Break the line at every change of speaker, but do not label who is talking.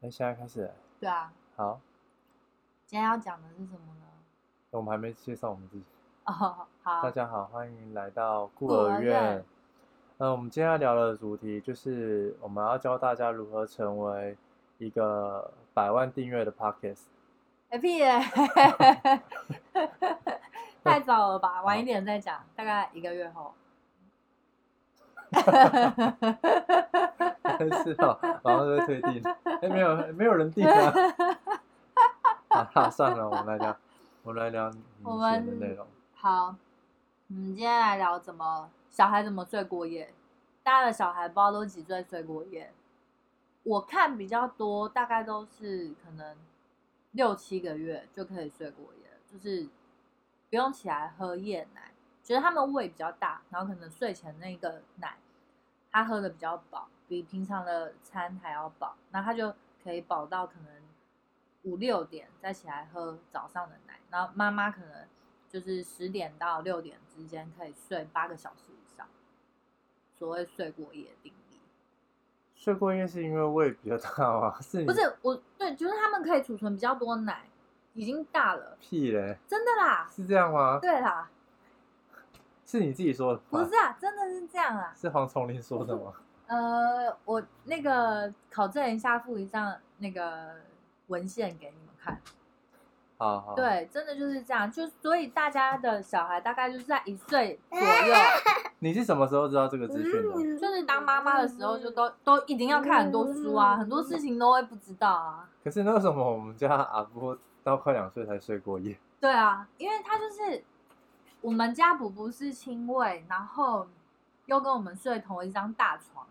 那现在开始了，
对啊，
好，
今天要讲的是什么呢？
我们还没介绍我们自己。
哦，
大
好，
家好，欢迎来到孤
孤
儿
儿
院
院。
嗯，我们今天要聊的主题就是我们要教大家如何成为一个百万订阅的 podcast。
哎屁耶， 太早了吧，晚一点再讲，大概一个月后。
但是哦，然后就被退订，哎，没有，没有人订 啊。好啦，算了，我们来聊，我们来聊你
我
写的
们
内容。
好，我们今天来聊怎么小孩怎么睡过夜。大家的小孩不知道都几岁睡过夜？我看比较多，大概都是可能六七个月就可以睡过夜了，就是不用起来喝夜奶。觉得他们胃比较大，然后可能睡前那个奶他喝的比较饱，比平常的餐还要饱，那他就可以饱到可能五六点再起来喝早上的奶，然后妈妈可能就是十点到六点之间可以睡八个小时以上，所谓睡过夜定义。
睡过夜是因为胃比较大吗？是你
不是我对，就是他们可以储存比较多奶，已经大了，
屁嘞？
真的啦，
是这样吗？
对啦，
是你自己说的
不
吗
是？啊，真的是这样啊。
是黄崇林说的吗？
呃，我那个考证一下，附一张那个文献给你们看。
好好，，
对，真的就是这样，就所以大家的小孩大概就是在一岁左右，
你是什么时候知道这个资讯的？
就是当妈妈的时候就都都一定要看很多书啊，很多事情都会不知道啊。
可是那为什么我们家阿波到快两岁才睡过夜？
对啊，因为他就是我们家补补是亲喂，然后又跟我们睡同一张大床，